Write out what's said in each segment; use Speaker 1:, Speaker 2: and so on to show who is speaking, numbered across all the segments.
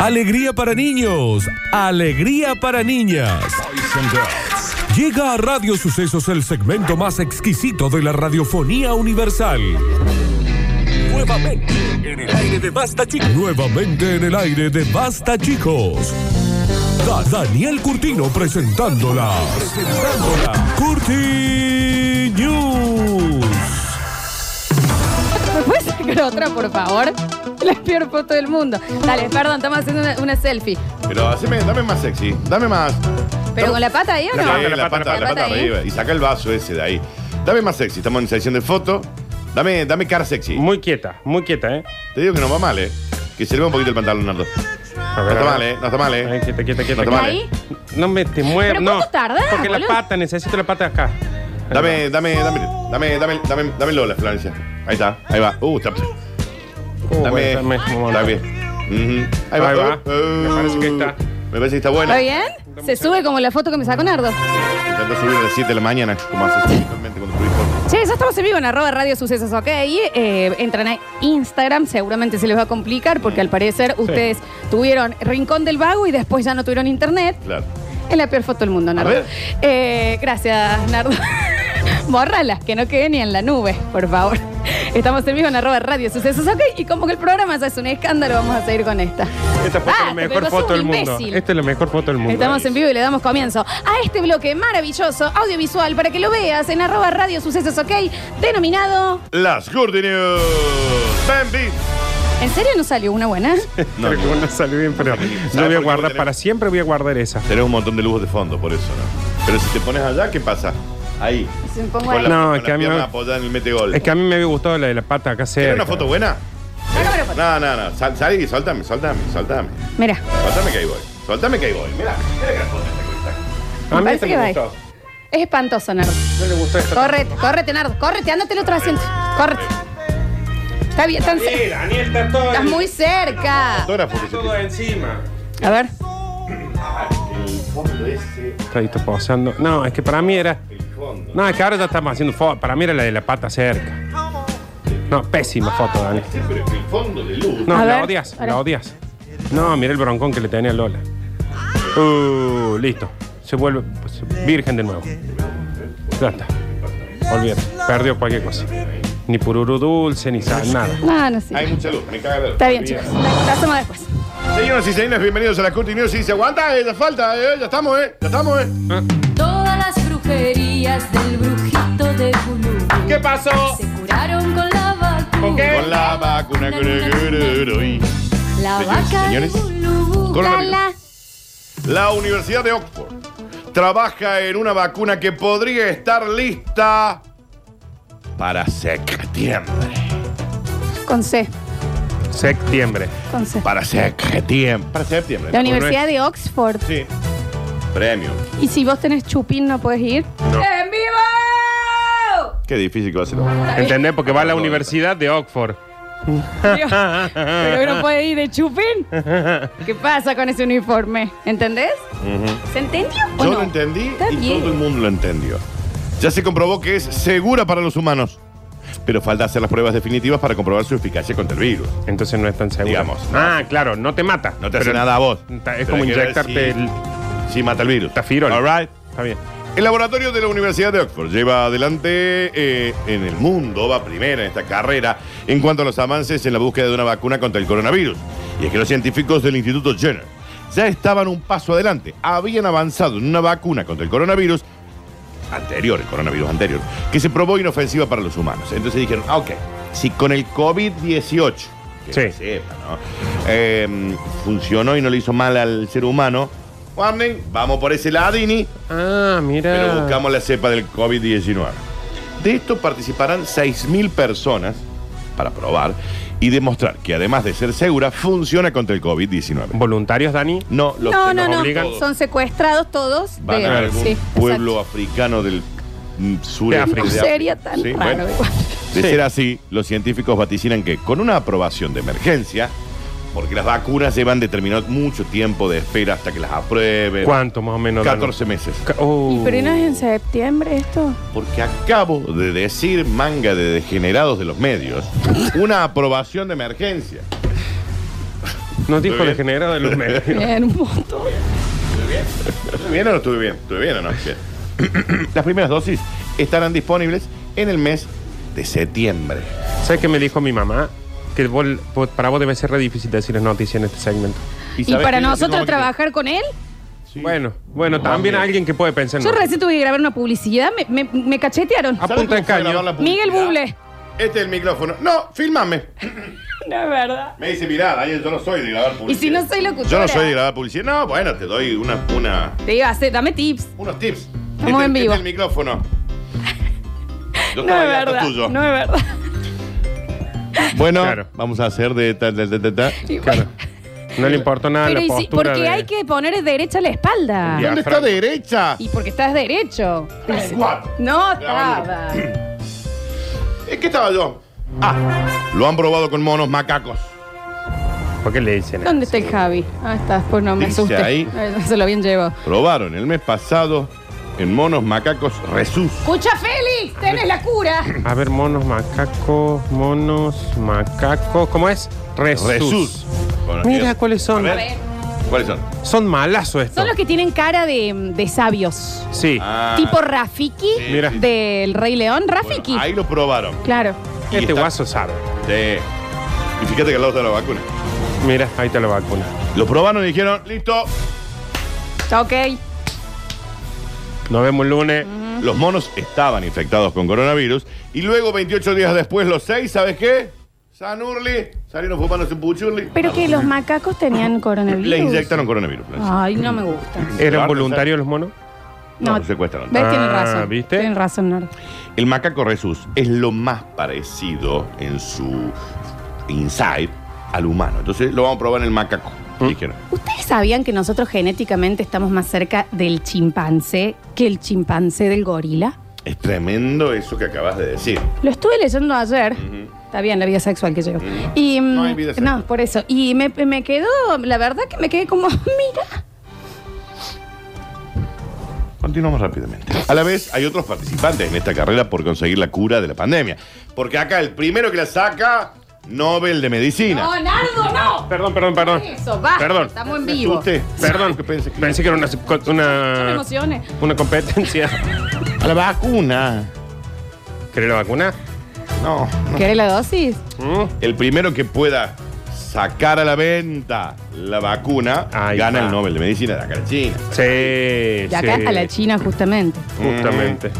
Speaker 1: Alegría para niños, alegría para niñas. Llega a Radio Sucesos el segmento más exquisito de la radiofonía universal. Nuevamente en el aire de Basta Chicos. Nuevamente en el aire de Basta Chicos. Da- Daniel Curtino presentándola. Presentándola. Curti News.
Speaker 2: ¿Me puedes sacar otra, por favor? La peor foto del mundo. Dale, perdón, estamos haciendo una, una selfie.
Speaker 3: Pero haceme, dame más sexy, dame más.
Speaker 2: ¿Pero con la pata ahí o
Speaker 3: La,
Speaker 2: no?
Speaker 3: pata, la pata, la pata
Speaker 2: ahí.
Speaker 3: arriba. Y saca el vaso ese de ahí. Dame más sexy, estamos en sesión de foto. Dame, dame cara sexy.
Speaker 4: Muy quieta, muy quieta, ¿eh?
Speaker 3: Te digo que no va mal, eh. Que se le va un poquito el pantalón, Nardo.
Speaker 4: A
Speaker 3: No
Speaker 4: ver,
Speaker 3: está
Speaker 4: a
Speaker 3: mal,
Speaker 4: ver.
Speaker 3: eh. No está eh. mal,
Speaker 4: Ahí,
Speaker 3: eh.
Speaker 4: quieta, quieta, quieta.
Speaker 3: No
Speaker 4: quieta.
Speaker 3: vale.
Speaker 2: Ahí.
Speaker 4: No me te muevas,
Speaker 2: ¿Pero
Speaker 4: no.
Speaker 2: cuánto tardás,
Speaker 4: Porque la
Speaker 2: boludo?
Speaker 4: pata, necesito la pata acá.
Speaker 3: Dame, dame, dame, dame, dame, dame, dame Lola, Florencia. Ahí está, ahí va. Uh, está.
Speaker 4: Uh,
Speaker 3: Dame,
Speaker 4: bueno, como-
Speaker 3: está bien. Ujú. Ahí va.
Speaker 4: Ahí va.
Speaker 3: Uh,
Speaker 4: Me parece que está.
Speaker 3: Me parece que está buena.
Speaker 2: ¿Está bien? Se sube como la foto que me sacó Nardo.
Speaker 3: Intentó subir a las 7 de la mañana, como haces habitualmente cuando subís fotos.
Speaker 2: Che, ya estamos en vivo en arroba radio sucesos, ok. Eh, entran a Instagram, seguramente se les va a complicar porque al parecer ustedes tuvieron Rincón del Vago y después ya no tuvieron internet.
Speaker 3: Claro.
Speaker 2: Es la peor foto del mundo, Nardo.
Speaker 3: ver.
Speaker 2: Eh, gracias, Nardo. Bórrala, que no quede ni en la nube, por favor. Estamos en vivo en arroba radio sucesos, ok. Y como que el programa ya es un escándalo, vamos a seguir con esta.
Speaker 4: Esta foto
Speaker 2: Ah,
Speaker 4: es la
Speaker 2: pero
Speaker 4: mejor
Speaker 2: sos un
Speaker 4: foto del mundo.
Speaker 2: imbécil.
Speaker 4: Esta es la mejor foto del mundo.
Speaker 2: Estamos en vivo y le damos comienzo a este bloque maravilloso audiovisual para que lo veas en arroba radio sucesos, ok. Denominado.
Speaker 3: Las Gordy News. Bambi.
Speaker 2: ¿En serio no salió una buena?
Speaker 3: No,
Speaker 4: Creo que
Speaker 3: no.
Speaker 4: no salió bien, pero
Speaker 3: ¿Sabes
Speaker 4: yo
Speaker 3: por
Speaker 4: voy
Speaker 3: qué
Speaker 4: a
Speaker 3: no
Speaker 4: guardar,
Speaker 3: tenemos?
Speaker 4: para siempre voy a guardar esa.
Speaker 3: Tenés un montón de lujos de fondo, por eso, ¿no? Pero si te pones allá, ¿qué pasa? Ahí.
Speaker 2: Se me pongo
Speaker 3: Con la,
Speaker 2: ahí.
Speaker 4: No,
Speaker 3: con
Speaker 4: es
Speaker 3: la
Speaker 4: que a mí
Speaker 3: pierna
Speaker 4: me-
Speaker 3: apoyada en el mete gol.
Speaker 4: Es que a mí me había gustado la de la pata acá cerca.
Speaker 3: ¿Querés una foto buena?
Speaker 2: Sácame la foto.
Speaker 3: No, no, no. Sal, salí, soltame, soltame, soltame.
Speaker 2: Mira,
Speaker 3: Soltame que ahí voy. Soltame que ahí voy. Mira, mira que la foto esta que está.
Speaker 4: A mí
Speaker 2: Parece
Speaker 4: esta
Speaker 2: que va
Speaker 4: me
Speaker 2: ahí.
Speaker 4: gustó.
Speaker 2: es espantoso, Nardo.
Speaker 4: No le gustó esta.
Speaker 2: Correte, correte, Nardo. Correte, ándate el otro asiento. Correte. Está bien, tan cerca.
Speaker 4: Sí, Daniel está todo,
Speaker 2: Estás muy cerca.
Speaker 3: Fotógrafo que se
Speaker 4: todo encima.
Speaker 2: A ver.
Speaker 3: El fondo ese,
Speaker 4: Está ahí posando. No, es que para mí era.
Speaker 3: el fondo.
Speaker 4: No, es que ahora ya estamos haciendo foto. Para mí era la de la pata cerca. No, pésima foto, Daniel.
Speaker 3: Sí, pero el fondo de luz.
Speaker 4: No,
Speaker 2: A
Speaker 4: la
Speaker 2: ver,
Speaker 4: odias,
Speaker 2: ahora.
Speaker 4: la odias. No, mira el broncón que le tenía a Lola. Uh, listo. Se vuelve pues, virgen de nuevo. Ya está. Olvídate. Perdió cualquier cosa. Ni pururu dulce, ni sal, nada.
Speaker 2: Ah, No, no, sí.
Speaker 3: Hay mucha luz, me caga la luz.
Speaker 2: Está bien, chicos. Lo hacemos después.
Speaker 3: Señoras y señores, bienvenidos a las Curti News. Si se aguanta, eh, ya falta, eh, ya estamos, eh, ya estamos, eh.
Speaker 5: Todas las brujerías del brujito de Gulú
Speaker 4: ¿Qué pasó?
Speaker 5: se curaron con la vacuna.
Speaker 3: Oh,
Speaker 4: ¿Con qué?
Speaker 3: Con la vacuna, y
Speaker 5: La
Speaker 3: Señores,
Speaker 5: vaca
Speaker 3: señores,
Speaker 5: de Gulú.
Speaker 3: con la-
Speaker 5: La-
Speaker 3: La Universidad de Oxford trabaja en una vacuna que podría estar lista para septiembre.
Speaker 2: Con C,
Speaker 4: Septiembre.
Speaker 2: con C.
Speaker 3: Para septiembre. Para septiembre.
Speaker 2: La Universidad de Oxford.
Speaker 3: Sí. Premium.
Speaker 2: Y si vos tenés chupín, no podés ir. ¡En vivo!
Speaker 3: Qué difícil que va a ser.
Speaker 4: ¿Entendés? Porque va a la Universidad de Oxford.
Speaker 2: Dios, Pero no puede ir de chupín. ¿Qué pasa con ese uniforme? ¿Entendés? ¿Se entendió? o
Speaker 3: Yo
Speaker 2: no?
Speaker 3: lo entendí
Speaker 2: Está
Speaker 3: y
Speaker 2: bien.
Speaker 3: todo el mundo lo entendió. Ya se comprobó que es segura para los humanos. Pero falta hacer las pruebas definitivas para comprobar su eficacia contra el virus.
Speaker 4: Entonces no es tan seguro.
Speaker 3: Digamos, ¿no?
Speaker 4: Ah, claro, no te mata.
Speaker 3: No te hace
Speaker 4: Pero
Speaker 3: nada a vos.
Speaker 4: ta- Es
Speaker 3: Pero
Speaker 4: como
Speaker 3: hay que ver
Speaker 4: inyectarte
Speaker 3: si-
Speaker 4: el
Speaker 3: Sí, mata el virus.
Speaker 4: tafirol.
Speaker 3: All right.
Speaker 4: Está bien.
Speaker 3: El laboratorio de la Universidad de Oxford lleva adelante eh, en el mundo, va primera en esta carrera, en cuanto a los avances en la búsqueda de una vacuna contra el coronavirus. Y es que los científicos del Instituto Jenner ya estaban un paso adelante, habían avanzado en una vacuna contra el coronavirus anterior, el coronavirus anterior, que se probó inofensiva para los humanos. Entonces dijeron, ah, ok, si con el COVID-18, que
Speaker 4: Sí.
Speaker 3: se sepa, ¿no? Eh, funcionó y no le hizo mal al ser humano, warning, vamos por ese ladini,
Speaker 4: Ah, mira.
Speaker 3: pero buscamos la cepa del COVID-19. De esto participarán 6.000 personas para probar y demostrar que además de ser segura, funciona contra el COVID-19.
Speaker 4: ¿Voluntarios, Dani?
Speaker 3: No, los
Speaker 2: No,
Speaker 3: que
Speaker 2: no,
Speaker 3: nos
Speaker 2: no.
Speaker 3: obligan
Speaker 2: Son secuestrados todos.
Speaker 3: van
Speaker 2: de-
Speaker 3: a algún
Speaker 2: sí,
Speaker 3: pueblo
Speaker 2: exacto.
Speaker 3: africano del mm, sur
Speaker 4: De África.
Speaker 2: No sería tan
Speaker 3: Sí,
Speaker 2: raro
Speaker 3: bueno.
Speaker 2: igual.
Speaker 3: De
Speaker 4: Sí.
Speaker 3: ser así, los científicos vaticinan que con una aprobación de emergencia, porque las vacunas llevan determinado mucho tiempo de espera hasta que las aprueben.
Speaker 4: ¿Cuánto más o menos? Dani?
Speaker 3: 14 meses.
Speaker 4: Ca- oh.
Speaker 2: ¿Pero no es en septiembre esto?
Speaker 3: Porque acabo de decir, manga de degenerados de los medios, una aprobación de emergencia.
Speaker 4: Nos dijo
Speaker 3: Muy bien.
Speaker 4: degenerado de los medios.
Speaker 2: Bien, un montón.
Speaker 3: ¿Estuve bien o no estuve bien? ¿Estuve bien o no? Bien. Las primeras dosis estarán disponibles en el mes de septiembre.
Speaker 4: ¿Sabes qué me dijo mi mamá? Que vos- vos- para vos debe ser re difícil decir las noticias en este segmento.
Speaker 2: Y,
Speaker 3: sabés
Speaker 2: para
Speaker 3: qué?
Speaker 2: nosotros
Speaker 3: ¿Cómo que- Ah,
Speaker 2: trabajar con él,
Speaker 4: Bueno, bueno, también alguien que puede pensar. en
Speaker 2: yo
Speaker 4: otro.
Speaker 2: recién tuve que grabar una publicidad, me, me- me cachetearon.
Speaker 4: Ah,
Speaker 3: ¿Sabés
Speaker 4: Apunta
Speaker 3: cómo fue
Speaker 4: en caño.
Speaker 3: grabar la publicidad?
Speaker 2: Miguel Buble.
Speaker 3: Este es el micrófono. No, filmame.
Speaker 2: No es verdad.
Speaker 3: Me dice, mirá, Daniel, yo no soy de grabar publicidad.
Speaker 2: Y si no soy locutora.
Speaker 3: Yo no soy de grabar publicidad. No, bueno, te doy una, una,
Speaker 2: Te iba a hacer, dame tips.
Speaker 3: unos tips.
Speaker 2: Estamos en
Speaker 3: este
Speaker 2: vivo.
Speaker 3: es el micrófono.
Speaker 2: No
Speaker 3: Yo estaba
Speaker 2: es
Speaker 3: ahí, hasta
Speaker 2: verdad.
Speaker 3: tuyo.
Speaker 2: No es verdad.
Speaker 3: Bueno,
Speaker 4: Claro.
Speaker 3: vamos a hacer de tal, tal, tal, tal, tal.
Speaker 2: Y bueno,
Speaker 4: No le importó
Speaker 3: Ah,
Speaker 4: nada
Speaker 2: Pero
Speaker 4: la
Speaker 2: y si-
Speaker 4: postura.
Speaker 2: porque
Speaker 4: de-
Speaker 2: hay que poner derecha la espalda.
Speaker 4: Ya.
Speaker 3: ¿Dónde está derecha?
Speaker 2: Y porque estás derecho.
Speaker 3: Guap.
Speaker 2: No
Speaker 3: Ya,
Speaker 2: estaba.
Speaker 3: ¿En qué estaba yo? Ah, lo han probado con monos macacos.
Speaker 4: ¿Por qué le dicen?
Speaker 2: ¿Dónde está el Javi? Ah, estás, pues no me
Speaker 3: Dice
Speaker 2: asustes.
Speaker 3: ahí.
Speaker 2: Eh, Se lo bien llevo.
Speaker 3: Probaron el mes pasado en monos macacos resus.
Speaker 2: Escucha, Félix, tenés la cura.
Speaker 4: A ver, monos, macacos, monos, macacos. ¿Cómo es? Resus.
Speaker 3: Resus. Bueno,
Speaker 4: Mira
Speaker 3: es-
Speaker 4: cuáles son.
Speaker 3: A
Speaker 2: A
Speaker 3: ver.
Speaker 2: ver,
Speaker 3: ¿Cuáles son?
Speaker 4: Son malazos estos.
Speaker 2: son los que tienen cara de, de sabios.
Speaker 4: Sí.
Speaker 3: Ah,
Speaker 2: Tipo Rafiki
Speaker 3: sí,
Speaker 4: Mira.
Speaker 3: sí, sí.
Speaker 2: del Rey León.
Speaker 3: Bueno,
Speaker 2: Rafiki.
Speaker 3: ahí lo probaron.
Speaker 2: Claro.
Speaker 3: y
Speaker 4: este
Speaker 3: está-
Speaker 4: guaso sabe.
Speaker 3: Sí. Y fíjate que al lado está la vacuna.
Speaker 4: Mira, ahí está la vacuna.
Speaker 3: Lo probaron y dijeron, listo,
Speaker 2: Está ok.
Speaker 4: Nos vemos el lunes.
Speaker 3: los monos estaban infectados con coronavirus. Y luego, 28 días después, los seis, ¿sabes qué? Sanurli, salieron fumándose un puchurli.
Speaker 2: Pero que los macacos tenían coronavirus.
Speaker 3: Ah, Le inyectaron coronavirus.
Speaker 2: Ay, no me gusta.
Speaker 4: ¿Eran voluntarios los monos?
Speaker 3: No,
Speaker 2: No.
Speaker 3: lo secuestraron.
Speaker 2: ¿Ves? Tienen
Speaker 4: Ah,
Speaker 2: razón.
Speaker 4: ¿viste?
Speaker 2: Tienen razón, Nor.
Speaker 3: El macaco resus es lo más parecido en su inside al humano. Entonces lo vamos a probar en el macaco. Dijeron.
Speaker 2: ¿Ustedes sabían que nosotros genéticamente estamos más cerca del chimpancé que el chimpancé del gorila?
Speaker 3: Es tremendo eso que acabas de decir.
Speaker 2: Lo estuve leyendo ayer. Está bien, la vida sexual que llevo. Y,
Speaker 3: No
Speaker 2: mm,
Speaker 3: hay vida sexual.
Speaker 2: no, por eso. Y me, me quedó, la verdad que me quedé como, mira.
Speaker 3: Continuamos rápidamente. A la vez, hay otros participantes en esta carrera por conseguir la cura de la pandemia. Porque acá el primero que la saca, Nobel de Medicina.
Speaker 2: No, Nardo, no.
Speaker 4: Perdón, perdón, perdón.
Speaker 2: Eso, basta.
Speaker 4: Perdón.
Speaker 2: Estamos en
Speaker 3: Me
Speaker 2: vivo.
Speaker 3: asusté.
Speaker 4: Perdón,
Speaker 3: Que pensé que-
Speaker 4: pensé que era una,
Speaker 2: Yo me
Speaker 4: una,
Speaker 2: emocioné.
Speaker 4: una competencia.
Speaker 3: A la vacuna.
Speaker 4: ¿Querés la vacuna?
Speaker 3: No.
Speaker 2: ¿Querés la dosis?
Speaker 4: Mm.
Speaker 3: El primero que pueda sacar a la venta la vacuna
Speaker 4: Ahí
Speaker 3: gana
Speaker 4: va.
Speaker 3: el Nobel de Medicina de acá de China.
Speaker 4: Sí.
Speaker 2: De acá
Speaker 4: sí.
Speaker 2: a la Mm. China, justamente.
Speaker 4: Justamente.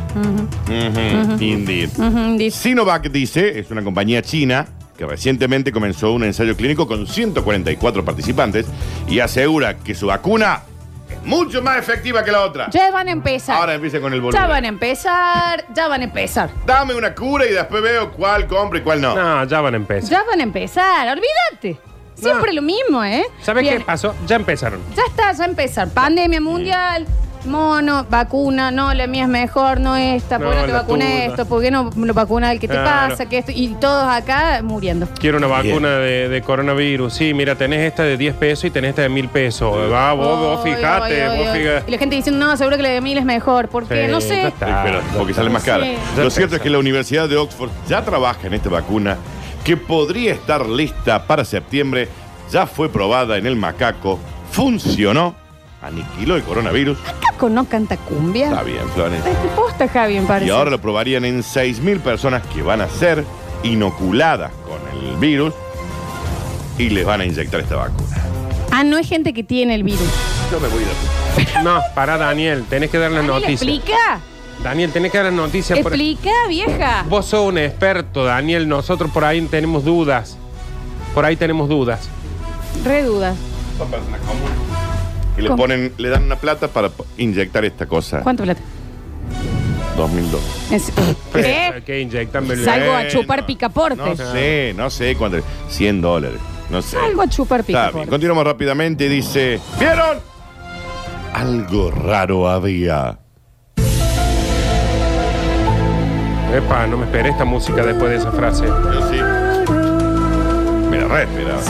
Speaker 3: Ujú, Indeed.
Speaker 2: Ujú, dice.
Speaker 3: Sinovac dice, es una compañía china que recientemente comenzó un ensayo clínico con 144 participantes y asegura que su vacuna es mucho más efectiva que la otra.
Speaker 2: Ya van a empezar.
Speaker 3: Ahora empieza con el
Speaker 2: ya van
Speaker 3: volumen.
Speaker 2: a empezar. Ya van a empezar.
Speaker 3: Dame una cura y después veo cuál compro y cuál no.
Speaker 4: No, ya van a empezar.
Speaker 2: Ya van a empezar. Olvídate. Siempre lo mismo, ¿eh?
Speaker 4: ¿Sabes
Speaker 2: Bien.
Speaker 4: qué pasó? Ya empezaron.
Speaker 2: Ya está, ya empezar. Pandemia mundial, mono, vacuna, no, la mía es mejor, no esta, ¿por qué
Speaker 4: No,
Speaker 2: no te
Speaker 4: la
Speaker 2: vacuna
Speaker 4: tuya.
Speaker 2: esto? ¿Por qué no lo vacuna el que te
Speaker 4: Claro.
Speaker 2: pasa? Que esto? Y todos acá muriendo.
Speaker 4: Quiero una
Speaker 3: Bien.
Speaker 4: vacuna de, de coronavirus. Sí, mira, tenés esta de 10 pesos y tenés esta de 1000 pesos. Va, vos, vos
Speaker 2: Ay,
Speaker 4: fijate,
Speaker 2: ay, ay,
Speaker 4: vos
Speaker 2: ay. Y
Speaker 4: fijate.
Speaker 2: la gente diciendo, no, seguro que la de mil es mejor. ¿Por qué?
Speaker 4: Sí,
Speaker 2: no
Speaker 4: ya
Speaker 2: sé.
Speaker 4: está.
Speaker 3: Sí, pero porque sale más cara.
Speaker 2: Sí.
Speaker 3: Lo cierto es que la Universidad de Oxford ya trabaja en esta vacuna que podría estar lista para septiembre. Ya fue probada en el macaco, funcionó, aniquiló el coronavirus.
Speaker 2: Caco no canta
Speaker 3: Está
Speaker 2: cumbia.
Speaker 3: bien, Florencia.
Speaker 2: Este posta, Javi, me parece.
Speaker 3: Y ahora lo probarían en 6.000 personas que van a ser inoculadas con el virus y les van a inyectar esta vacuna.
Speaker 2: Ah, no es gente que tiene el virus.
Speaker 3: Yo me voy a
Speaker 4: No, para Daniel, tenés que dar las
Speaker 2: Daniel,
Speaker 4: noticias.
Speaker 2: explica?
Speaker 4: Daniel, tenés que dar las noticias. por-
Speaker 2: Explica, vieja.
Speaker 4: Vos sos un experto, Daniel. Nosotros por ahí tenemos dudas. Por ahí tenemos dudas.
Speaker 2: Re dudas.
Speaker 3: Son personas comunes. Y le
Speaker 2: ¿Cómo?
Speaker 3: ponen, le dan una plata para po- inyectar esta cosa.
Speaker 2: ¿Cuánto plata?
Speaker 3: 2002.
Speaker 2: Es- ¿Qué?
Speaker 4: Que inyectanme el-
Speaker 2: Salgo a
Speaker 3: Bueno,
Speaker 2: chupar picaporte.
Speaker 3: No sé, no sé cuánto. 100 dólares. No sé.
Speaker 2: Salgo a chupar
Speaker 3: Está bien.
Speaker 2: picaporte.
Speaker 3: Continuamos rápidamente. Dice: ¿Vieron? Algo raro había.
Speaker 4: Epa, no me esperé esta música después de esa frase.
Speaker 3: Yo sí. Me la re esperaba.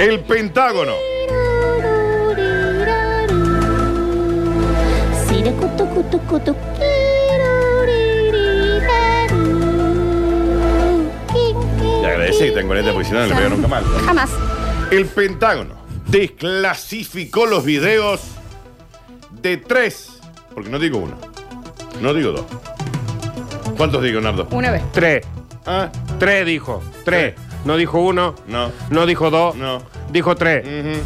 Speaker 3: El Pentágono. receta en 40 porque si no no le veo nunca más.
Speaker 2: Jamás.
Speaker 3: El Pentágono desclasificó los videos de tres, porque no digo uno, no digo dos. ¿Cuántos digo, Nardo?
Speaker 2: Una vez.
Speaker 4: Tres.
Speaker 3: Ah,
Speaker 4: Tres dijo. Tres. No dijo uno.
Speaker 3: no.
Speaker 4: No dijo dos.
Speaker 3: No.
Speaker 4: Dijo tres.
Speaker 3: Ujú.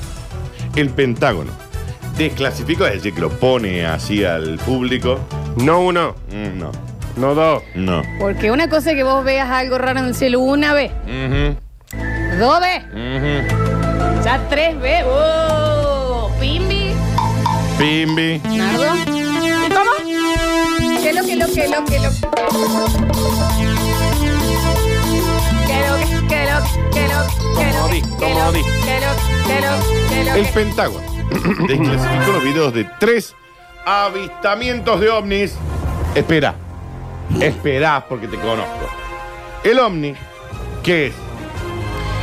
Speaker 3: El Pentágono desclasificó, es decir, que lo pone así al público.
Speaker 4: No uno.
Speaker 3: Mm, No,
Speaker 4: No dos.
Speaker 3: no.
Speaker 2: Porque una cosa es que vos veas algo raro en el cielo una vez,
Speaker 3: Ujú,
Speaker 2: dos veces,
Speaker 3: ujú.
Speaker 2: ya tres veces. ¡Oh! ¿Pimbi?
Speaker 3: Bimbi.
Speaker 2: ¿Nardo? ¿Y cómo? ¿Qué lo que lo que lo que lo ¿Qué lo que qué lo que lo que lo que
Speaker 4: Comodí,
Speaker 2: lo que lo
Speaker 4: comodí.
Speaker 2: que lo que lo que lo
Speaker 3: El
Speaker 2: que
Speaker 3: Pentágono desclasificó los videos de tres avistamientos de ovnis. Espera, espera porque te conozco. El ovni, ¿qué es?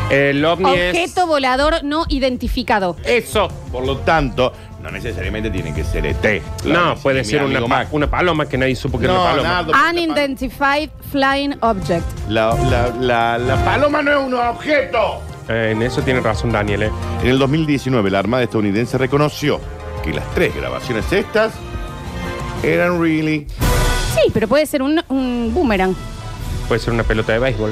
Speaker 4: El ovni
Speaker 2: Objeto volador no identificado.
Speaker 4: es. Eso.
Speaker 3: Por lo tanto, no necesariamente tiene que ser E ET.
Speaker 4: No, puede ser una, pa- una paloma que nadie supo que era
Speaker 3: No,
Speaker 4: una paloma.
Speaker 3: Nardo, la,
Speaker 2: Unidentified flying object.
Speaker 3: la- la- la paloma no es un objeto.
Speaker 4: Eh, en eso tiene razón Daniel, eh.
Speaker 3: En el 2019, la Armada estadounidense reconoció que las tres grabaciones estas eran really.
Speaker 2: Sí, pero puede ser un, un boomerang.
Speaker 4: Puede ser una pelota de béisbol.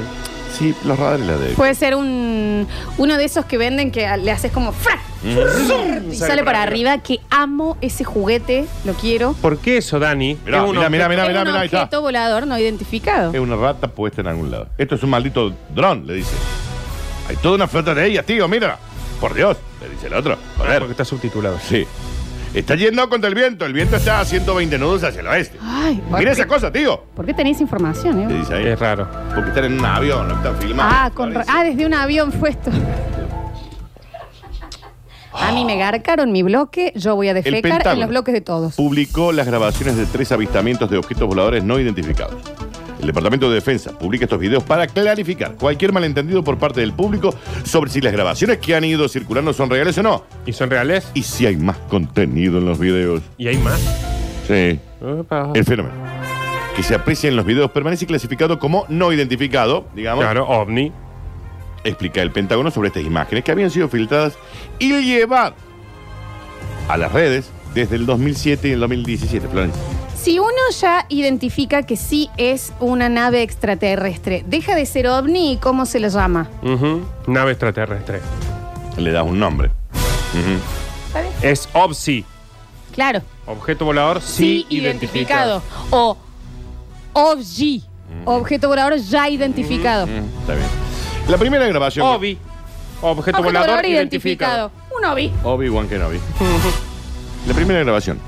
Speaker 3: Sí, los radares la de.
Speaker 2: Puede ser un uno de esos que venden que le haces como ¡fra!
Speaker 4: Mm.
Speaker 2: y sale para arriba, que amo ese juguete, lo quiero.
Speaker 4: ¿Por qué eso, Dani?
Speaker 3: Mirá,
Speaker 4: Es un
Speaker 3: mirá, mirá,
Speaker 4: objeto-
Speaker 3: mirá,
Speaker 2: es
Speaker 3: mirá,
Speaker 2: un
Speaker 3: mirá, ahí
Speaker 2: objeto
Speaker 3: está.
Speaker 2: volador no identificado.
Speaker 3: Es una rata puesta en algún lado. Esto es un maldito dron, le dice. Hay toda una flota de ellas, tío, mira. Por Dios, le dice el otro.
Speaker 4: Ah, Porque
Speaker 3: Joder.
Speaker 4: está subtitulado.
Speaker 3: Sí. Está yendo contra el viento. El viento está a 120 nudos hacia el oeste.
Speaker 2: Ay, ¿por
Speaker 3: Mira
Speaker 2: qué-
Speaker 3: esa cosa, tío.
Speaker 2: ¿Por qué tenéis información,
Speaker 3: Le
Speaker 2: eh?
Speaker 3: dice ahí.
Speaker 4: Es raro.
Speaker 3: Porque están en un avión, no están filmando.
Speaker 2: Ah, con ra-
Speaker 3: Parece.
Speaker 2: ah, desde un avión fue esto. A mí me garcaron mi bloque, yo voy a defecar en
Speaker 3: Pentágono.
Speaker 2: los bloques de todos.
Speaker 3: publicó las grabaciones de tres avistamientos de objetos voladores no identificados. El Departamento de Defensa publica estos videos para clarificar cualquier malentendido por parte del público sobre si las grabaciones que han ido circulando son reales o no.
Speaker 4: ¿Y son reales?
Speaker 3: Y si hay más contenido en los videos.
Speaker 4: ¿Y hay más?
Speaker 3: Sí.
Speaker 4: Opa.
Speaker 3: El fenómeno que se aprecia en los videos permanece clasificado como no identificado, digamos,
Speaker 4: Claro, ovni.
Speaker 3: explica el Pentágono sobre estas imágenes que habían sido filtradas y llevadas a las redes desde el 2007 y el 2017. Florencia.
Speaker 2: Si uno ya identifica que sí es una nave extraterrestre, deja de ser ovni y cómo se lo llama.
Speaker 4: Ujú. Nave extraterrestre.
Speaker 3: Le das un nombre.
Speaker 4: Es OVSI.
Speaker 2: Claro.
Speaker 4: Objeto volador sí, identificado.
Speaker 2: O OVG,
Speaker 3: Mm.
Speaker 2: objeto volador ya identificado.
Speaker 3: Está bien. La primera grabación.
Speaker 4: Obi. Objeto,
Speaker 2: Objeto
Speaker 4: volador,
Speaker 2: volador
Speaker 4: identificado.
Speaker 2: identificado. Un OVI.
Speaker 3: Obi-Wan Kenobi. La primera grabación,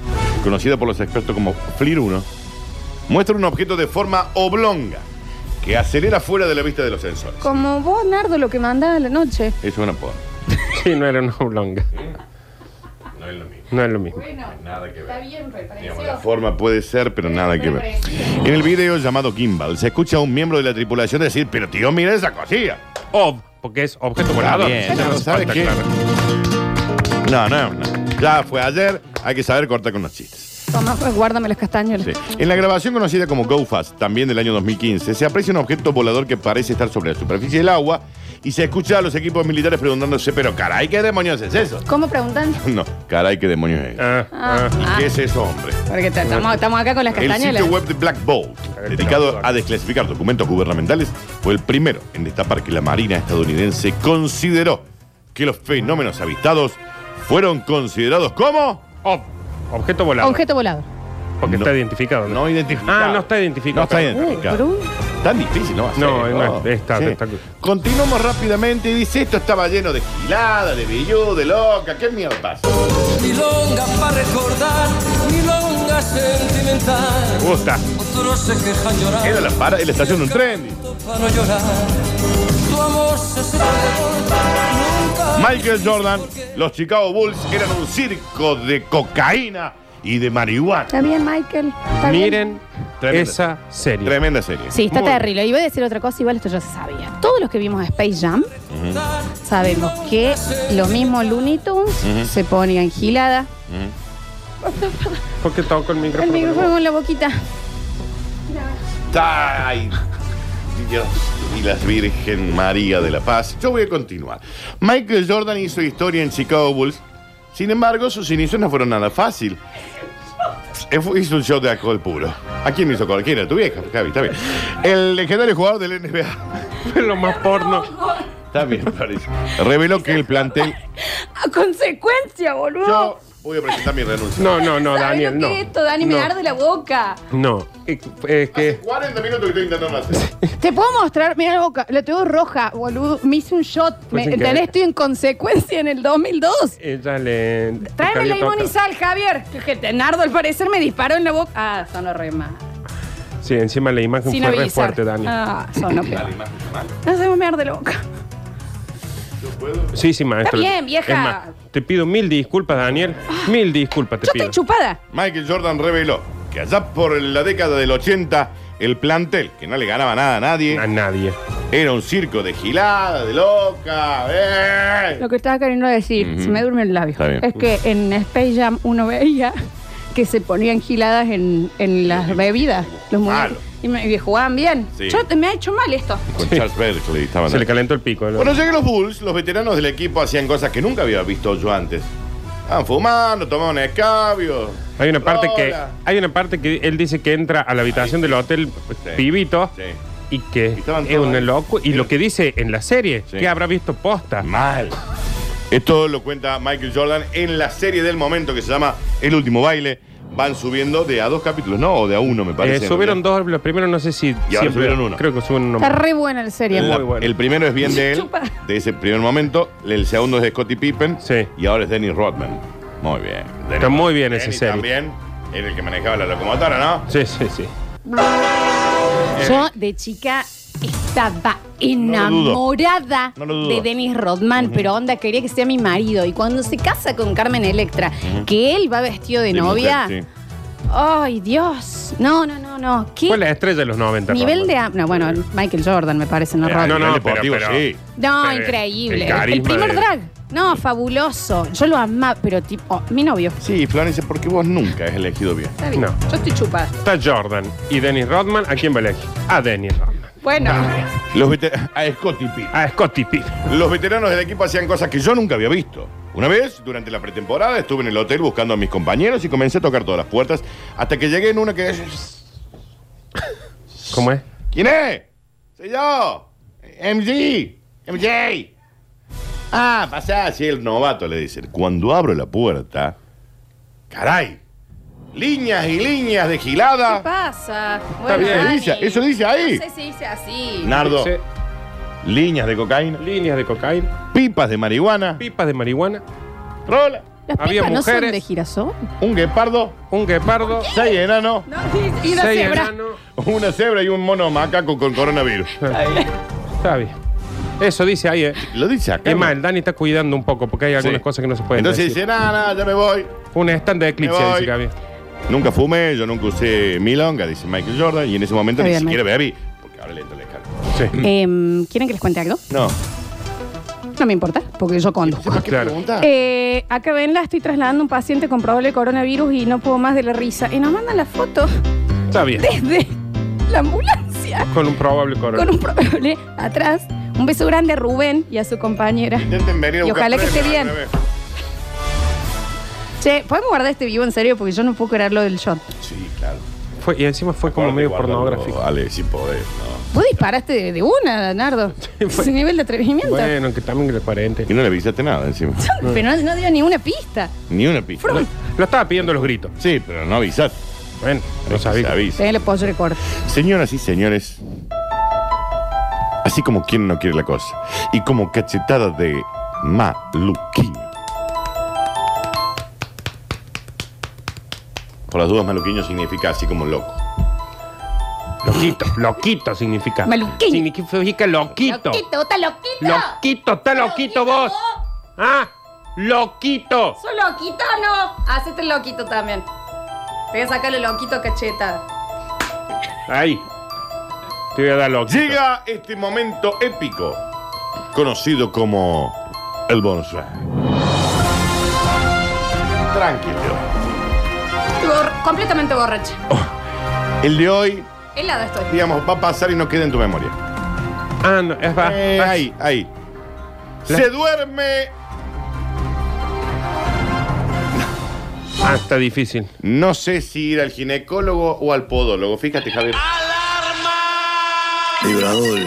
Speaker 3: conocida por los expertos como FLIR 1, muestra un objeto de forma oblonga que acelera fuera de la vista de los sensores.
Speaker 2: Como vos, Nardo, lo que mandaba a la noche.
Speaker 3: Eso es una porra.
Speaker 4: Sí, no era una oblonga.
Speaker 3: No es lo mismo.
Speaker 4: No es lo mismo.
Speaker 3: Nada que ver.
Speaker 2: bien,
Speaker 3: Digamos, la forma puede ser, pero nada que ver. En el video llamado Gimbal se escucha a un miembro de la tripulación decir, pero tío, mira esa cosilla.
Speaker 4: Ob, porque es objeto volador.
Speaker 3: bien,
Speaker 4: No
Speaker 3: no,
Speaker 4: hace
Speaker 3: ¿sabes
Speaker 4: falta
Speaker 3: qué?
Speaker 4: aclarar.
Speaker 3: No, no, no. Ya fue ayer, hay que saber cortar con los chistes.
Speaker 2: Toma, pues, guárdame los castaños.
Speaker 3: Sí. En la grabación conocida como Go Fast, también del año 2015, se aprecia un objeto volador que parece estar sobre la superficie del agua y se escucha a los equipos militares preguntándose, pero caray, ¿qué demonios es eso?
Speaker 2: ¿Cómo preguntan?
Speaker 3: No, caray, ¿qué demonios es? eso?
Speaker 4: Ah, ah.
Speaker 2: Ah,
Speaker 3: ¿Qué es eso, hombre?
Speaker 2: porque te- estamos, estamos acá con las
Speaker 3: El
Speaker 2: castañuelas.
Speaker 3: sitio web de Black Bolt, dedicado a desclasificar documentos gubernamentales, fue el primero en destapar que la Marina estadounidense consideró que los fenómenos avistados fueron considerados como...
Speaker 4: Ob, objeto volador.
Speaker 2: Objeto volador.
Speaker 4: Porque
Speaker 3: No.
Speaker 4: está identificado.
Speaker 3: No identificado.
Speaker 4: Ah, no está identificado.
Speaker 3: No está
Speaker 4: Pero-
Speaker 3: identificado.
Speaker 2: Uh,
Speaker 3: Tan difícil, ¿no? va a ser,
Speaker 4: No, no, está- está-
Speaker 3: Continuamos rápidamente y dice, esto estaba lleno de gilada, de bellú, de loca, ¿qué mierda pasa?
Speaker 6: Milonga para recordar, milonga sentimental.
Speaker 4: Me gusta.
Speaker 6: Otros se quejan
Speaker 3: Era
Speaker 6: llorar,
Speaker 3: la para, la estación de un tren. dice.
Speaker 6: para no llorar. Tu amor se será nunca.
Speaker 3: Michael Jordan, los Chicago Bulls eran un circo de cocaína y de marihuana.
Speaker 2: Está bien, Michael. Está bien.
Speaker 4: Miren
Speaker 3: Tremenda.
Speaker 4: esa serie.
Speaker 3: Tremenda serie.
Speaker 2: Sí, está
Speaker 4: Muy-
Speaker 2: terrible. Iba a decir otra cosa, igual esto ya se sabía. Todos los que vimos Space Jam sabemos que lo mismo Looney Tunes se ponía en gilada.
Speaker 4: Porque toco el
Speaker 2: El
Speaker 4: micrófono.
Speaker 2: micrófono en la boquita.
Speaker 3: Ay, Dios y la Virgen María de la Paz. Yo voy a continuar. Michael Jordan hizo historia en Chicago Bulls. Sin embargo, sus inicios no fueron nada fácil. Eh, fue- Hizo un shot de alcohol puro. ¿A quién me hizo cualquiera? Tu vieja, Javi, está bien. El legendario jugador del NBA.
Speaker 4: Lo más porno.
Speaker 3: Está bien, Florencia. Reveló que el plantel.
Speaker 2: A consecuencia, boludo.
Speaker 3: Yo voy a presentar mi renuncia.
Speaker 4: No, no, no,
Speaker 2: ¿Sabés
Speaker 4: Daniel,
Speaker 2: lo
Speaker 4: no.
Speaker 2: que es esto, Dani? Me
Speaker 4: No.
Speaker 2: arde la boca.
Speaker 4: No, eh,
Speaker 3: Hace
Speaker 4: es que
Speaker 3: 40 minutos que estoy intentando hacer.
Speaker 2: ¿Te puedo mostrar? Mira la boca. La tengo roja, boludo. Me hice un shot.
Speaker 4: Pues
Speaker 2: Me,
Speaker 4: sin
Speaker 2: ¿Entendés?
Speaker 4: querer.
Speaker 2: Estoy en consecuencia en el 2002.
Speaker 4: ella le.
Speaker 2: Tráeme
Speaker 4: había
Speaker 2: limón y
Speaker 4: tocado.
Speaker 2: sal, Javier. Que te- Nardo, al parecer, me disparó en la boca. Ah, sonó re mal.
Speaker 4: Sí, encima la imagen
Speaker 2: Sin
Speaker 4: fue re
Speaker 2: avisar.
Speaker 4: fuerte, Daniel.
Speaker 2: Ah, sonó peor. No se me arde la boca.
Speaker 4: Sí, sí, maestro.
Speaker 2: Está bien, vieja. Ah.
Speaker 4: Es más, te pido mil disculpas, Daniel. Mil disculpas te
Speaker 2: Yo
Speaker 4: pido.
Speaker 2: estoy chupada.
Speaker 3: Michael Jordan reveló que allá por la década del 80, el plantel, que no le ganaba nada a nadie,
Speaker 4: A nadie.
Speaker 3: era un circo de gilada, de loca. ¡eh!
Speaker 2: Lo que estaba queriendo decir, se me durmió el labio,
Speaker 3: Está bien.
Speaker 2: es que en Space Jam uno veía que se ponían giladas en, en las bebidas, los muñecos.
Speaker 3: Malo.
Speaker 2: Y, me- y jugaban bien.
Speaker 3: Sí.
Speaker 2: Yo te- me ha hecho mal esto.
Speaker 3: Con Charles Berkeley estaban.
Speaker 4: Se le
Speaker 3: ahí.
Speaker 4: calentó el pico. ¿no?
Speaker 3: Cuando llegué los Bulls, los veteranos del equipo hacían cosas que nunca había visto yo antes. Estaban fumando, tomaban escabio.
Speaker 4: hay una parte que
Speaker 3: rola.
Speaker 4: hay una parte que él dice que entra a la habitación del hotel pibito
Speaker 3: Sí.
Speaker 4: y que
Speaker 3: estaban
Speaker 4: es
Speaker 3: todos
Speaker 4: un
Speaker 3: ahí.
Speaker 4: loco y lo que dice en la serie
Speaker 3: Sí.
Speaker 4: que habrá visto posta.
Speaker 3: Mal. Esto lo cuenta Michael Jordan en la serie del momento que se llama El último baile. Van subiendo de a dos capítulos, ¿no? O de a uno, me
Speaker 4: Eh,
Speaker 3: parece.
Speaker 4: subieron dos, los primeros no sé si
Speaker 3: ahora subieron uno.
Speaker 4: Creo que subieron uno.
Speaker 2: Está
Speaker 4: más.
Speaker 2: re buena el serie.
Speaker 3: La-
Speaker 4: Muy bueno.
Speaker 3: El primero es bien de él,
Speaker 2: Chupa.
Speaker 3: de ese primer momento. El segundo es de Scottie Pippen.
Speaker 4: Sí.
Speaker 3: Y ahora es Dennis Rodman. Muy bien. Dennis
Speaker 4: Está muy bien ese
Speaker 3: Dennis
Speaker 4: serie.
Speaker 3: también era el que manejaba la locomotora, ¿no?
Speaker 4: Sí, sí, sí.
Speaker 2: Yo de chica estaba
Speaker 3: No lo dudo.
Speaker 2: enamorada
Speaker 3: No lo dudo.
Speaker 2: de Dennis Rodman, pero onda quería que sea mi marido. Y cuando se casa con Carmen Electra, que él va vestido de,
Speaker 3: De mujer,
Speaker 2: novia.
Speaker 3: sí.
Speaker 2: Ay, Dios. No, no, no, no. ¿Qué
Speaker 4: Fue la estrella de los 90.
Speaker 2: Nivel
Speaker 4: Rodman. Eh,
Speaker 2: de. am- No, bueno, Michael Jordan me parece, no
Speaker 3: Eh,
Speaker 2: Rodman.
Speaker 4: No,
Speaker 3: A
Speaker 4: no,
Speaker 3: nivel
Speaker 4: pero-
Speaker 3: deportivo,
Speaker 4: pero-
Speaker 3: sí.
Speaker 2: No,
Speaker 4: pero
Speaker 2: increíble.
Speaker 4: Eh, el
Speaker 2: El,
Speaker 4: carisma
Speaker 2: primer
Speaker 4: de-
Speaker 2: drag. No, fabuloso. Yo lo amaba, pero tipo. oh, mi novio.
Speaker 3: Sí, Florencia, porque vos nunca has elegido bien.
Speaker 2: Está bien.
Speaker 4: No.
Speaker 2: Yo estoy chupada.
Speaker 4: Está Jordan y Dennis Rodman. ¿A quién va a elegir? A Dennis Rodman.
Speaker 2: Bueno.
Speaker 3: Los veter- a Scottie Pippen.
Speaker 4: A Scottie Pippen.
Speaker 3: Los veteranos del equipo hacían cosas que yo nunca había visto. Una vez, durante la pretemporada, estuve en el hotel buscando a mis compañeros y comencé a tocar todas las puertas hasta que llegué en una que...
Speaker 4: ¿Cómo es?
Speaker 3: ¿Quién es? Soy yo. MG. MJ. Ah, pasá, sí, el novato, le dicen. Cuando abro la puerta. Caray. Líneas y líneas de
Speaker 2: ¿Qué
Speaker 3: gilada.
Speaker 2: pasa?
Speaker 3: bien.
Speaker 2: Dani.
Speaker 3: Dice- eso dice ahí.
Speaker 2: No sé si dice así.
Speaker 3: Nardo.
Speaker 4: Sí.
Speaker 3: Líneas de cocaína.
Speaker 4: Líneas de cocaína,
Speaker 3: Pipas de marihuana.
Speaker 4: pipas de marihuana,
Speaker 3: Rola.
Speaker 2: Las
Speaker 4: Había
Speaker 2: pipas no son
Speaker 4: mujeres.
Speaker 2: de girasol.
Speaker 3: Un guepardo.
Speaker 4: un guepardo,
Speaker 3: Seis enanos.
Speaker 2: No, y una
Speaker 4: seis
Speaker 2: cebra.
Speaker 4: enanos.
Speaker 3: Una cebra y un mono macaco con coronavirus.
Speaker 4: Está bien. Eso dice ahí, eh.
Speaker 3: Lo dice acá.
Speaker 4: Es más, el Dani está cuidando un poco porque hay algunas
Speaker 3: Sí.
Speaker 4: cosas que no se pueden
Speaker 3: Entonces
Speaker 4: decir.
Speaker 3: dice, nada, ya me voy.
Speaker 4: Un stand de eclipse,
Speaker 3: Me voy.
Speaker 4: dice Gaby.
Speaker 3: Nunca fumé, yo nunca usé milonga, dice Michael Jordan, y en ese momento
Speaker 2: Está
Speaker 3: ni
Speaker 2: bien,
Speaker 3: siquiera bebí, porque ahora le entro el escándalo.
Speaker 4: Sí.
Speaker 2: Em, ¿Quieren que les cuente algo?
Speaker 3: No.
Speaker 2: No me importa, porque yo conduzco.
Speaker 3: ¿Para qué
Speaker 4: Claro.
Speaker 3: pregunta?
Speaker 2: Eh, acá venla, estoy trasladando a un paciente con probable coronavirus y no puedo más de la risa. Y nos mandan la foto
Speaker 4: Está bien.
Speaker 2: desde la ambulancia
Speaker 4: Con un probable
Speaker 2: con
Speaker 4: corona.
Speaker 2: un probable atrás. Un beso grande a Rubén y a su compañera.
Speaker 3: Intenten venir a
Speaker 2: Y
Speaker 3: buscar
Speaker 2: ojalá que esté
Speaker 3: premios,
Speaker 2: bien.
Speaker 3: al revés.
Speaker 2: Che, ¿podemos guardar este vivo en serio? Porque yo no puedo creer lo del shot.
Speaker 3: Sí, claro.
Speaker 4: Fue- y encima fue como
Speaker 3: Guarda,
Speaker 4: medio
Speaker 3: guarda,
Speaker 4: pornográfico.
Speaker 3: Vale, sin poder, no.
Speaker 2: Vos disparaste de, de una, Nardo.
Speaker 4: fue-
Speaker 2: Ese nivel de atrevimiento.
Speaker 4: Bueno, que también el
Speaker 3: Y
Speaker 4: 40.
Speaker 3: no le avisaste nada encima.
Speaker 2: Pero no, no dio ni una pista.
Speaker 3: Ni una pista.
Speaker 2: Frum.
Speaker 4: Lo estaba pidiendo los gritos.
Speaker 3: Sí, pero no avisaste.
Speaker 4: Bueno,
Speaker 3: No
Speaker 4: lo sabía.
Speaker 3: avisa.
Speaker 2: Tenés el pollo de corte.
Speaker 3: Señoras y señores, así como quien no quiere la cosa, y como cachetada de maluquín. Por las dudas, maluquiño significa así como loco.
Speaker 4: Loquito. Loquito significa.
Speaker 2: Maluquín.
Speaker 4: Significa loquito.
Speaker 2: Loquito, está loquito.
Speaker 4: Loquito, está loquito vos. Ah, loquito.
Speaker 2: ¿Sos loquito o no? Hacete el loquito también. Te voy a sacar el loquito cacheta.
Speaker 4: Ahí. Te voy a dar loquito.
Speaker 3: Llega este momento épico, conocido como el bonus track. Tranquilo.
Speaker 2: Estoy borr- completamente borracha.
Speaker 3: El de hoy,
Speaker 2: Helada estoy.
Speaker 3: digamos, va a pasar y no queda en tu memoria.
Speaker 4: Ah, no, es va.
Speaker 3: Eh,
Speaker 4: va-
Speaker 3: ahí, ahí.
Speaker 4: La-
Speaker 3: Se duerme.
Speaker 4: Ah, está difícil.
Speaker 3: No sé si ir al ginecólogo o al podólogo. Fíjate, Javier.
Speaker 2: ¿Eh?
Speaker 7: Vibrador,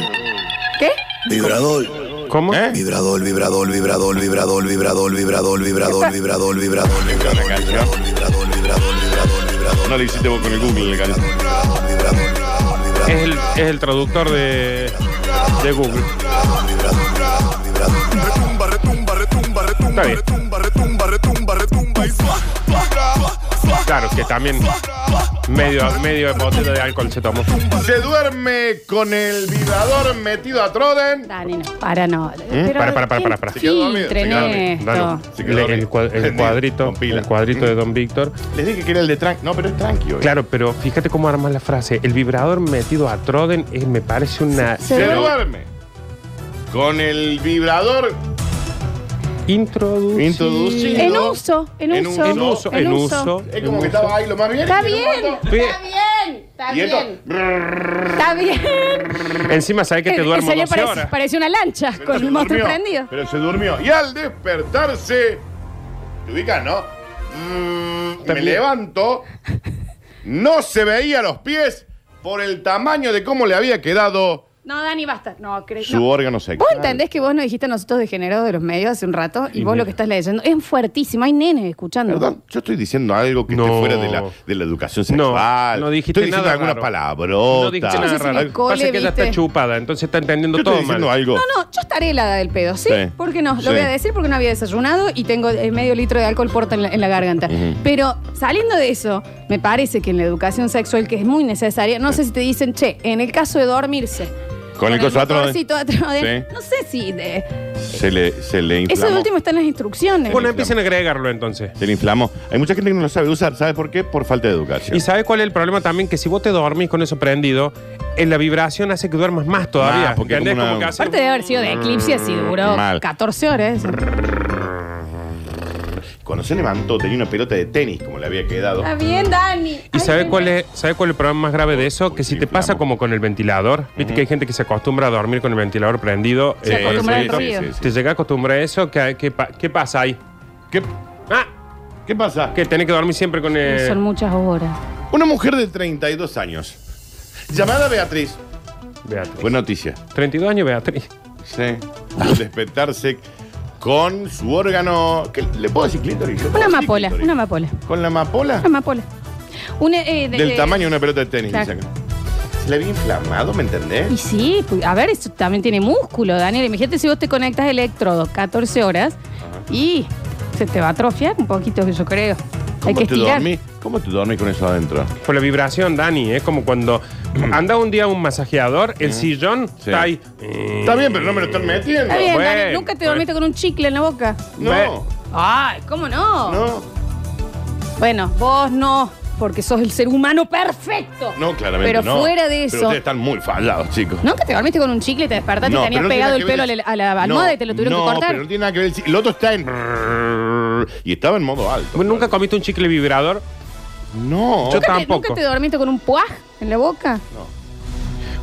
Speaker 2: ¿Qué?
Speaker 7: vibrador,
Speaker 4: ¿Cómo?
Speaker 3: ¿Eh?
Speaker 7: vibrador, vibrador, vibrador, vibrador, vibrador, vibrador, vibrador, vibrador, vibrador, vibrador,
Speaker 3: canción.
Speaker 7: vibrador, vibrador, vibrador, vibrador,
Speaker 3: No le hiciste vos con el Google, la canción.
Speaker 7: vibrador, vibrador,
Speaker 4: Es el, es el traductor de, de Google.
Speaker 7: Retumba, retumba, retumba, retumba,
Speaker 4: bien.
Speaker 7: retumba, retumba, retumba, retumba y suá, suá, suá, suá,
Speaker 4: Claro, que también medio, medio de botella de alcohol se tomó.
Speaker 3: Se duerme con el vibrador metido a Troden.
Speaker 2: Dani, no, para, no. Pero
Speaker 4: Para, para, para, para, para.
Speaker 3: Se quedó dormido, se
Speaker 2: filtren
Speaker 3: quedó dormido.
Speaker 2: esto.
Speaker 4: Dani,
Speaker 3: Se quedó
Speaker 4: le- el,
Speaker 3: dormido.
Speaker 4: cua- el
Speaker 3: Entendido.
Speaker 4: cuadrito,
Speaker 3: Con pila.
Speaker 4: el cuadrito de Don Víctor.
Speaker 3: Les dije que era el de Tranqui. No, pero es Tranqui hoy.
Speaker 4: Claro, pero fíjate cómo armas la frase. El vibrador metido a Troden eh, me parece una
Speaker 3: Se
Speaker 2: Pero-
Speaker 3: duerme con el vibrador
Speaker 4: introducción.
Speaker 3: introducido.
Speaker 2: En uso, en
Speaker 3: En
Speaker 2: uso.
Speaker 4: En uso, en uso.
Speaker 3: Es como que estaba ahí lo más bien.
Speaker 2: Está
Speaker 3: y en un
Speaker 2: bien,
Speaker 3: momento-
Speaker 2: está bien, está
Speaker 3: Y esto.
Speaker 2: bien. Está bien.
Speaker 4: Encima sabes que te
Speaker 2: En
Speaker 4: duermo
Speaker 2: serio,
Speaker 4: 12
Speaker 2: Eh, parece,
Speaker 4: horas.
Speaker 2: parece una lancha con
Speaker 3: se
Speaker 2: el monstruo
Speaker 3: durmió,
Speaker 2: prendido.
Speaker 3: Pero se durmió. Y al despertarse. ¿Te ubicas, no? Mm, me
Speaker 4: También.
Speaker 3: levanto. No se veía los pies por el tamaño de cómo le había quedado
Speaker 2: No, Dani, basta. No, crees.
Speaker 3: su órgano sexual.
Speaker 2: Vos entendés que vos nos dijiste a nosotros degenerados de los medios hace un rato y,
Speaker 4: Y
Speaker 2: vos
Speaker 4: mira.
Speaker 2: lo que estás leyendo es fuertísimo. Hay nenes escuchando.
Speaker 3: Perdón, yo estoy diciendo algo que esté
Speaker 4: No.
Speaker 3: fuera de la, de la educación
Speaker 4: No,
Speaker 3: sexual.
Speaker 4: no dijiste
Speaker 3: Estoy diciendo
Speaker 4: nada
Speaker 3: alguna
Speaker 4: raro.
Speaker 3: palabrota.
Speaker 4: No dijiste
Speaker 2: Yo no
Speaker 4: nada
Speaker 2: sé si en el
Speaker 4: raro.
Speaker 2: cole,
Speaker 4: Pasa que ella está
Speaker 2: viste.
Speaker 4: chupada, entonces está entendiendo
Speaker 3: Yo estoy
Speaker 4: todo mal.
Speaker 3: diciendo algo.
Speaker 2: No, no, yo estaré helada del pedo, ¿sí?
Speaker 3: Sí.
Speaker 2: ¿Por qué no? Lo
Speaker 3: Sí.
Speaker 2: voy a decir porque no había desayunado y tengo eh, medio litro de alcohol porta en la, en la garganta. Pero saliendo de eso, me parece que en la educación sexual, que es muy necesaria, no sé si te dicen, che, en el caso de dormirse.
Speaker 3: Con el coso atrás.
Speaker 2: motorcito atrás de-
Speaker 3: Sí.
Speaker 2: No sé si. de-
Speaker 3: Se le, se le
Speaker 2: eso de
Speaker 3: inflamó.
Speaker 2: último está en las instrucciones.
Speaker 4: Bueno, empiecen a agregarlo entonces.
Speaker 3: Se le inflamó. Hay mucha gente que no lo sabe usar. ¿Sabes por qué? Por falta de educación.
Speaker 4: ¿Y sabes cuál es el problema también? Que si vos te dormís con eso prendido, en la vibración hace que duermas más todavía.
Speaker 3: Ah, porque es
Speaker 4: ¿Entendés?
Speaker 3: como una-
Speaker 4: Como que hace-
Speaker 2: Aparte de haber sido de eclipse, así duró
Speaker 3: Mm, Mal. Eh.
Speaker 2: 14 horas.
Speaker 3: Cuando se levantó tenía una pelota de tenis como le había quedado.
Speaker 2: Está bien, Dani.
Speaker 4: ¿Y
Speaker 2: Ay,
Speaker 4: sabes
Speaker 2: nene.
Speaker 4: cuál es, sabe cuál es el problema más grave de eso? Que si te pasa como con el ventilador, viste que hay gente que se acostumbra a dormir con el ventilador prendido.
Speaker 2: Se
Speaker 4: eh, con el
Speaker 2: acostumbra al
Speaker 4: ruidito.
Speaker 2: ruido.
Speaker 4: Te llega a acostumbrar a eso, ¿qué, qué, pa- qué pasa ahí?
Speaker 3: ¿Qué,
Speaker 4: Ah,
Speaker 3: qué pasa?
Speaker 4: que tenés que dormir siempre con el...
Speaker 2: Son muchas horas.
Speaker 3: Una mujer de 32 años, llamada Beatriz.
Speaker 4: Beatriz.
Speaker 3: Buena noticia.
Speaker 4: 32 años, Beatriz.
Speaker 3: Sí. Al despertarse con su órgano. ¿qué? ¿Le puedo decir clítoris? ¿Le puedo
Speaker 2: Una
Speaker 3: decir
Speaker 2: amapola,
Speaker 3: clítoris?
Speaker 2: una amapola.
Speaker 3: ¿Con la amapola?
Speaker 2: Una amapola. Una, eh, de-
Speaker 3: Del
Speaker 2: eh,
Speaker 3: tamaño de una pelota de tenis.
Speaker 2: Claro.
Speaker 3: dice acá. Se le había inflamado, ¿me entendés?
Speaker 2: Y sí, pu- a ver, eso también tiene músculo, Daniel. Imagínate si vos te conectas electrodo 14 horas y se te va a atrofiar un poquito, yo creo. Hay
Speaker 3: ¿Cómo
Speaker 2: que
Speaker 3: te
Speaker 2: estirar.
Speaker 3: dormís? ¿Cómo te dormís con eso adentro?
Speaker 4: Por la vibración, Dani, es como cuando anda un día a un masajeador, el sillón está ahí.
Speaker 3: Mm. Está bien, pero no me lo están metiendo.
Speaker 2: Está bien,
Speaker 4: Bueno,
Speaker 2: Daniel, nunca te
Speaker 4: bueno.
Speaker 2: dormiste con un chicle en la boca.
Speaker 3: No,
Speaker 2: Ay, ¿cómo no?
Speaker 3: no.
Speaker 2: Bueno, vos no, porque sos el ser humano perfecto.
Speaker 3: No, claramente
Speaker 2: Pero
Speaker 3: no.
Speaker 2: fuera de
Speaker 3: Pero
Speaker 2: eso.
Speaker 3: ustedes están muy fallados, chicos.
Speaker 2: ¿Nunca te dormiste con un chicle, te despertaste y tenías
Speaker 3: pero tiene
Speaker 2: pegado
Speaker 3: nada
Speaker 2: el
Speaker 3: que
Speaker 2: pelo a
Speaker 3: ver
Speaker 2: la,
Speaker 3: el-
Speaker 2: a la almohada
Speaker 3: No,
Speaker 2: y te lo tuvieron
Speaker 3: no,
Speaker 2: que cortar?
Speaker 3: pero no tiene nada que ver. El el otro está en. Y estaba en modo alto.
Speaker 4: Bueno, ¿Nunca comiste un chicle vibrador?
Speaker 3: No.
Speaker 4: Yo
Speaker 2: ¿Nunca te-
Speaker 4: tampoco.
Speaker 2: ¿Nunca te dormiste con un puaj en la boca?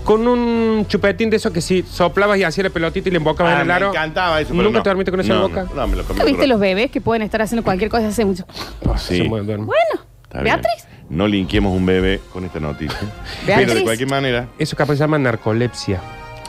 Speaker 4: Con un chupetín de eso que si soplabas y hacías la pelotita y le embocabas
Speaker 3: Ah,
Speaker 4: en el aro.
Speaker 3: Me encantaba eso. pero
Speaker 4: ¿Nunca
Speaker 3: no.
Speaker 4: te dormiste con eso en
Speaker 3: No,
Speaker 4: la boca?
Speaker 3: No, no, me lo comí.
Speaker 2: ¿Nunca viste
Speaker 3: crudo.
Speaker 2: los bebés que pueden estar haciendo cualquier cosa hace mucho?
Speaker 4: Ah,
Speaker 3: Sí.
Speaker 4: se mueve, duerme.
Speaker 2: Bueno,
Speaker 3: Está bien.
Speaker 2: Beatriz.
Speaker 3: No linquemos un bebé con esta noticia. Pero de
Speaker 2: Beatriz.
Speaker 3: cualquier manera.
Speaker 4: Eso capaz se llama narcolepsia,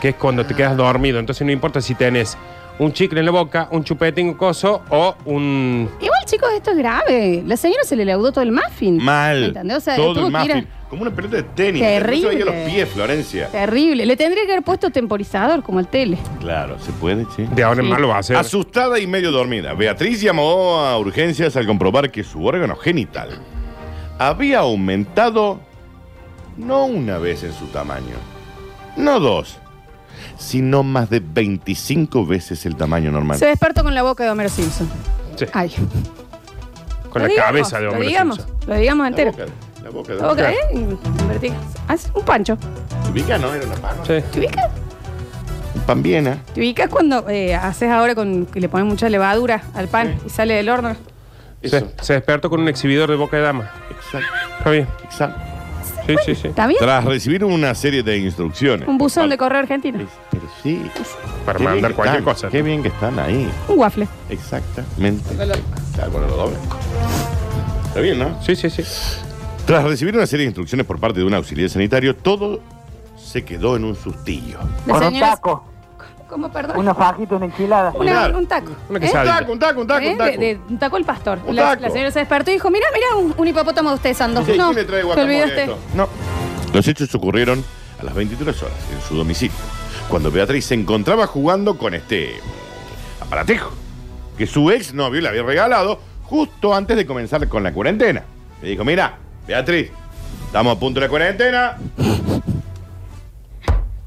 Speaker 4: que es cuando te quedas dormido. Entonces no importa si tenés un chicle en la boca, un chupetín un coso o un...
Speaker 2: Igual, chicos, esto es grave. La señora se le leudó todo el muffin.
Speaker 3: Mal.
Speaker 2: ¿Entendés? O sea,
Speaker 3: Todo
Speaker 2: tuvo
Speaker 3: el
Speaker 2: que ir a-
Speaker 3: muffin. Como una pelota de tenis.
Speaker 2: Terrible.
Speaker 3: Yo veía los pies, Florencia.
Speaker 2: Terrible. Le tendría que haber puesto temporizador como el tele.
Speaker 3: Claro, se puede, sí.
Speaker 4: De ahora en más lo va a hacer.
Speaker 3: Asustada y medio dormida, Beatriz llamó a urgencias al comprobar que su órgano genital había aumentado no una vez en su tamaño, no dos, sino más de 25 veces el tamaño normal.
Speaker 2: Se despertó con la boca de Homero Simpson.
Speaker 4: Sí,
Speaker 2: Ay.
Speaker 4: con
Speaker 2: Lo
Speaker 4: la
Speaker 2: digamos,
Speaker 4: cabeza de
Speaker 2: Lo
Speaker 4: hombre.
Speaker 2: digamos, lo digamos
Speaker 3: La
Speaker 2: entero.
Speaker 3: boca, la boca.
Speaker 2: La boca, ¿eh? En vertical. Haz un pancho.
Speaker 3: ¿Te ubicas, no? Era una mano.
Speaker 4: Sí.
Speaker 2: ¿Te ubicas?
Speaker 3: Pambiena.
Speaker 2: ¿Te ubicas cuando eh, haces ahora con que le pones mucha levadura al pan y sale del horno?
Speaker 4: Se,
Speaker 3: Eso.
Speaker 4: se despertó con un exhibidor de boca de dama.
Speaker 3: Exacto,
Speaker 4: Está bien.
Speaker 3: exacto.
Speaker 4: Sí, sí, sí.
Speaker 2: ¿Está bien?
Speaker 3: Tras recibir una serie de instrucciones.
Speaker 2: Un buzón de correo argentino.
Speaker 3: Pero sí.
Speaker 4: Para
Speaker 3: Qué bien
Speaker 4: mandar
Speaker 3: que
Speaker 4: cualquier
Speaker 3: están,
Speaker 4: cosa.
Speaker 3: Qué bien que están ahí.
Speaker 2: Un waffle.
Speaker 3: Exactamente. Claro, bueno, lo doble. Está bien, ¿no?
Speaker 4: Sí, sí, sí.
Speaker 3: Tras recibir una serie de instrucciones por parte de un auxiliar sanitario, todo se quedó en un sustillo.
Speaker 2: La
Speaker 8: Con un
Speaker 2: señora-
Speaker 8: taco,
Speaker 2: ¿Cómo, perdón?
Speaker 8: unos fajitos, una enchilada.
Speaker 2: Una-
Speaker 3: Claro.
Speaker 2: un taco.
Speaker 4: Una que
Speaker 2: ¿Eh?
Speaker 4: sabe.
Speaker 3: un taco, un taco,
Speaker 2: ¿Eh?
Speaker 3: un taco.
Speaker 2: De- de- un taco el pastor.
Speaker 3: Un
Speaker 2: la,
Speaker 3: taco.
Speaker 2: la señora se despertó y dijo, mira, mira, un, un hipopótamo de ustedes ando.
Speaker 3: Dice,
Speaker 2: no,
Speaker 3: ¿quién le trae
Speaker 2: te
Speaker 3: guacamole a
Speaker 2: olvidaste.
Speaker 3: esto? No. Los hechos ocurrieron a las 23 horas en su domicilio, cuando Beatriz se encontraba jugando con este aparatejo que su ex novio le había regalado justo antes de comenzar con la cuarentena. Le dijo, mira, Beatriz, estamos a punto de la cuarentena,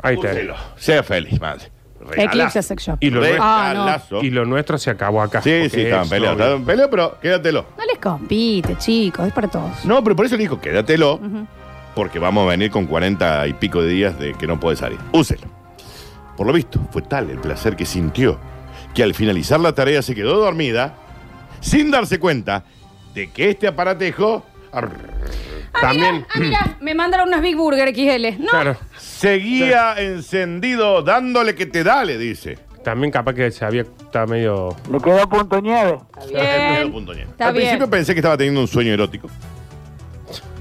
Speaker 4: Ahí está.
Speaker 3: úselo. Sea feliz, madre. Regalazo.
Speaker 2: Eclipse Sex Shop.
Speaker 4: Y lo, nue-
Speaker 2: Ah, no.
Speaker 3: Regalazo.
Speaker 4: y lo nuestro se acabó acá.
Speaker 3: Sí,
Speaker 4: porque
Speaker 3: sí, estaban
Speaker 4: es
Speaker 3: peleados,
Speaker 4: novio.
Speaker 3: estaban peleados, pero quédatelo.
Speaker 2: No les compite, chicos, es para todos.
Speaker 3: No, pero por eso le dijo, quédatelo, porque vamos a venir con 40 y pico de días de que no puede salir. Úselo. Por lo visto, fue tal el placer que sintió que al finalizar la tarea se quedó dormida sin darse cuenta de que este aparatejo arr,
Speaker 4: También.
Speaker 2: Ah, mira, me mandaron unas Big Burger XL. No,
Speaker 4: Claro.
Speaker 3: seguía encendido dándole que te da, le dice.
Speaker 4: También capaz que se había. Estaba medio.
Speaker 8: Le quedó punto nieve.
Speaker 3: Alfredo
Speaker 2: bien.
Speaker 3: Punto Ñeño.
Speaker 2: Está
Speaker 3: Al
Speaker 2: bien.
Speaker 3: principio pensé que estaba teniendo un sueño erótico.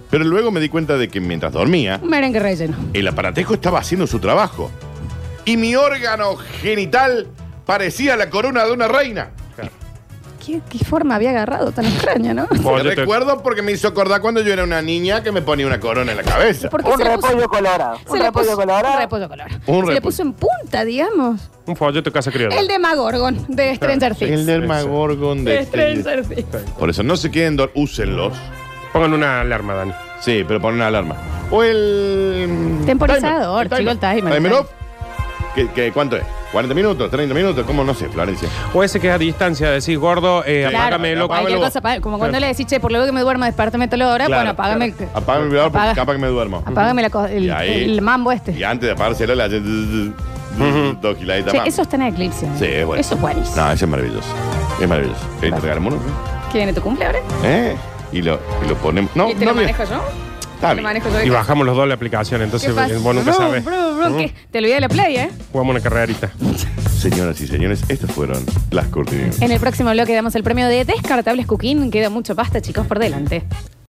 Speaker 3: Pero luego me di cuenta de que mientras dormía,
Speaker 2: Un merengue relleno.
Speaker 3: El aparatejo estaba haciendo su trabajo. Y mi órgano genital parecía la corona de una reina.
Speaker 2: ¿Qué, qué forma había agarrado tan extraña, no?
Speaker 4: Oh,
Speaker 3: Te
Speaker 4: yo te-
Speaker 3: recuerdo porque me hizo acordar cuando yo era una niña que me ponía una corona en la cabeza.
Speaker 2: ¿Por qué
Speaker 8: Un
Speaker 2: se le puso-
Speaker 8: repollo colorado.
Speaker 2: se
Speaker 8: Un
Speaker 2: le puso-
Speaker 8: repollo
Speaker 2: Un
Speaker 8: colorado.
Speaker 2: repollo colorado.
Speaker 3: Un
Speaker 2: se le
Speaker 3: repollo.
Speaker 2: puso en punta, digamos.
Speaker 4: Un folleto de casa criolla.
Speaker 2: El de Magorgon, de Stranger Things.
Speaker 3: El del Magorgon de
Speaker 2: de Stranger Things.
Speaker 3: Por eso no se queden dor- úsenlos.
Speaker 4: Pongan una alarma, Dani.
Speaker 3: Sí, pero pon una alarma. O el. mm,
Speaker 2: Temporizador, chico, el timer.
Speaker 3: off. ¿Qué- qué- cuánto es? ¿40 minutos? ¿30 minutos? ¿Cómo no sé, Florencia?
Speaker 2: Eh,
Speaker 4: O ese que es a distancia, decís, gordo, eh,
Speaker 2: Claro.
Speaker 4: apágame el loco.
Speaker 2: Cualquier
Speaker 3: apágalo.
Speaker 2: cosa, apá- como cuando
Speaker 4: Claro.
Speaker 2: le decís, che, por lo que me duermo, despertame tal hora, bueno, apágame
Speaker 3: claro.
Speaker 2: el,
Speaker 3: Apágame el vibrador porque
Speaker 2: Apaga.
Speaker 3: capaz que me duermo.
Speaker 2: apágame la co- el,
Speaker 3: Y ahí-
Speaker 2: el mambo este.
Speaker 3: Y antes de apagárselo, le hace. Dos giladitas
Speaker 2: Che,
Speaker 3: más.
Speaker 2: eso está en Eclipse.
Speaker 3: Sí, es bueno.
Speaker 2: Eso es buenísimo.
Speaker 3: No, eso es maravilloso. Es maravilloso. ¿Querés que te regalemos uno?
Speaker 2: ¿Qué viene tu cumple ahora?
Speaker 3: ¿Eh? Y lo, y lo ponemos. No,
Speaker 2: ¿Y te
Speaker 3: no
Speaker 2: Este lo
Speaker 3: me-
Speaker 2: manejo yo?
Speaker 3: Está
Speaker 2: ¿Te lo
Speaker 3: bien.
Speaker 2: manejo yo?
Speaker 4: Y bajamos los dos la aplicación,
Speaker 2: ¿Qué
Speaker 4: entonces
Speaker 2: pasa?
Speaker 4: vos nunca
Speaker 2: Bro,
Speaker 4: sabes.
Speaker 2: bro,
Speaker 3: Mm.
Speaker 2: bro, ¿qué? Te olvidé de la playa, ¿eh?
Speaker 4: Jugamos una carrerita.
Speaker 3: Señoras y señores, estas fueron las cortinas.
Speaker 2: En el próximo bloque damos el premio de Descartables Cooking. Queda mucho pasta, chicos, por delante.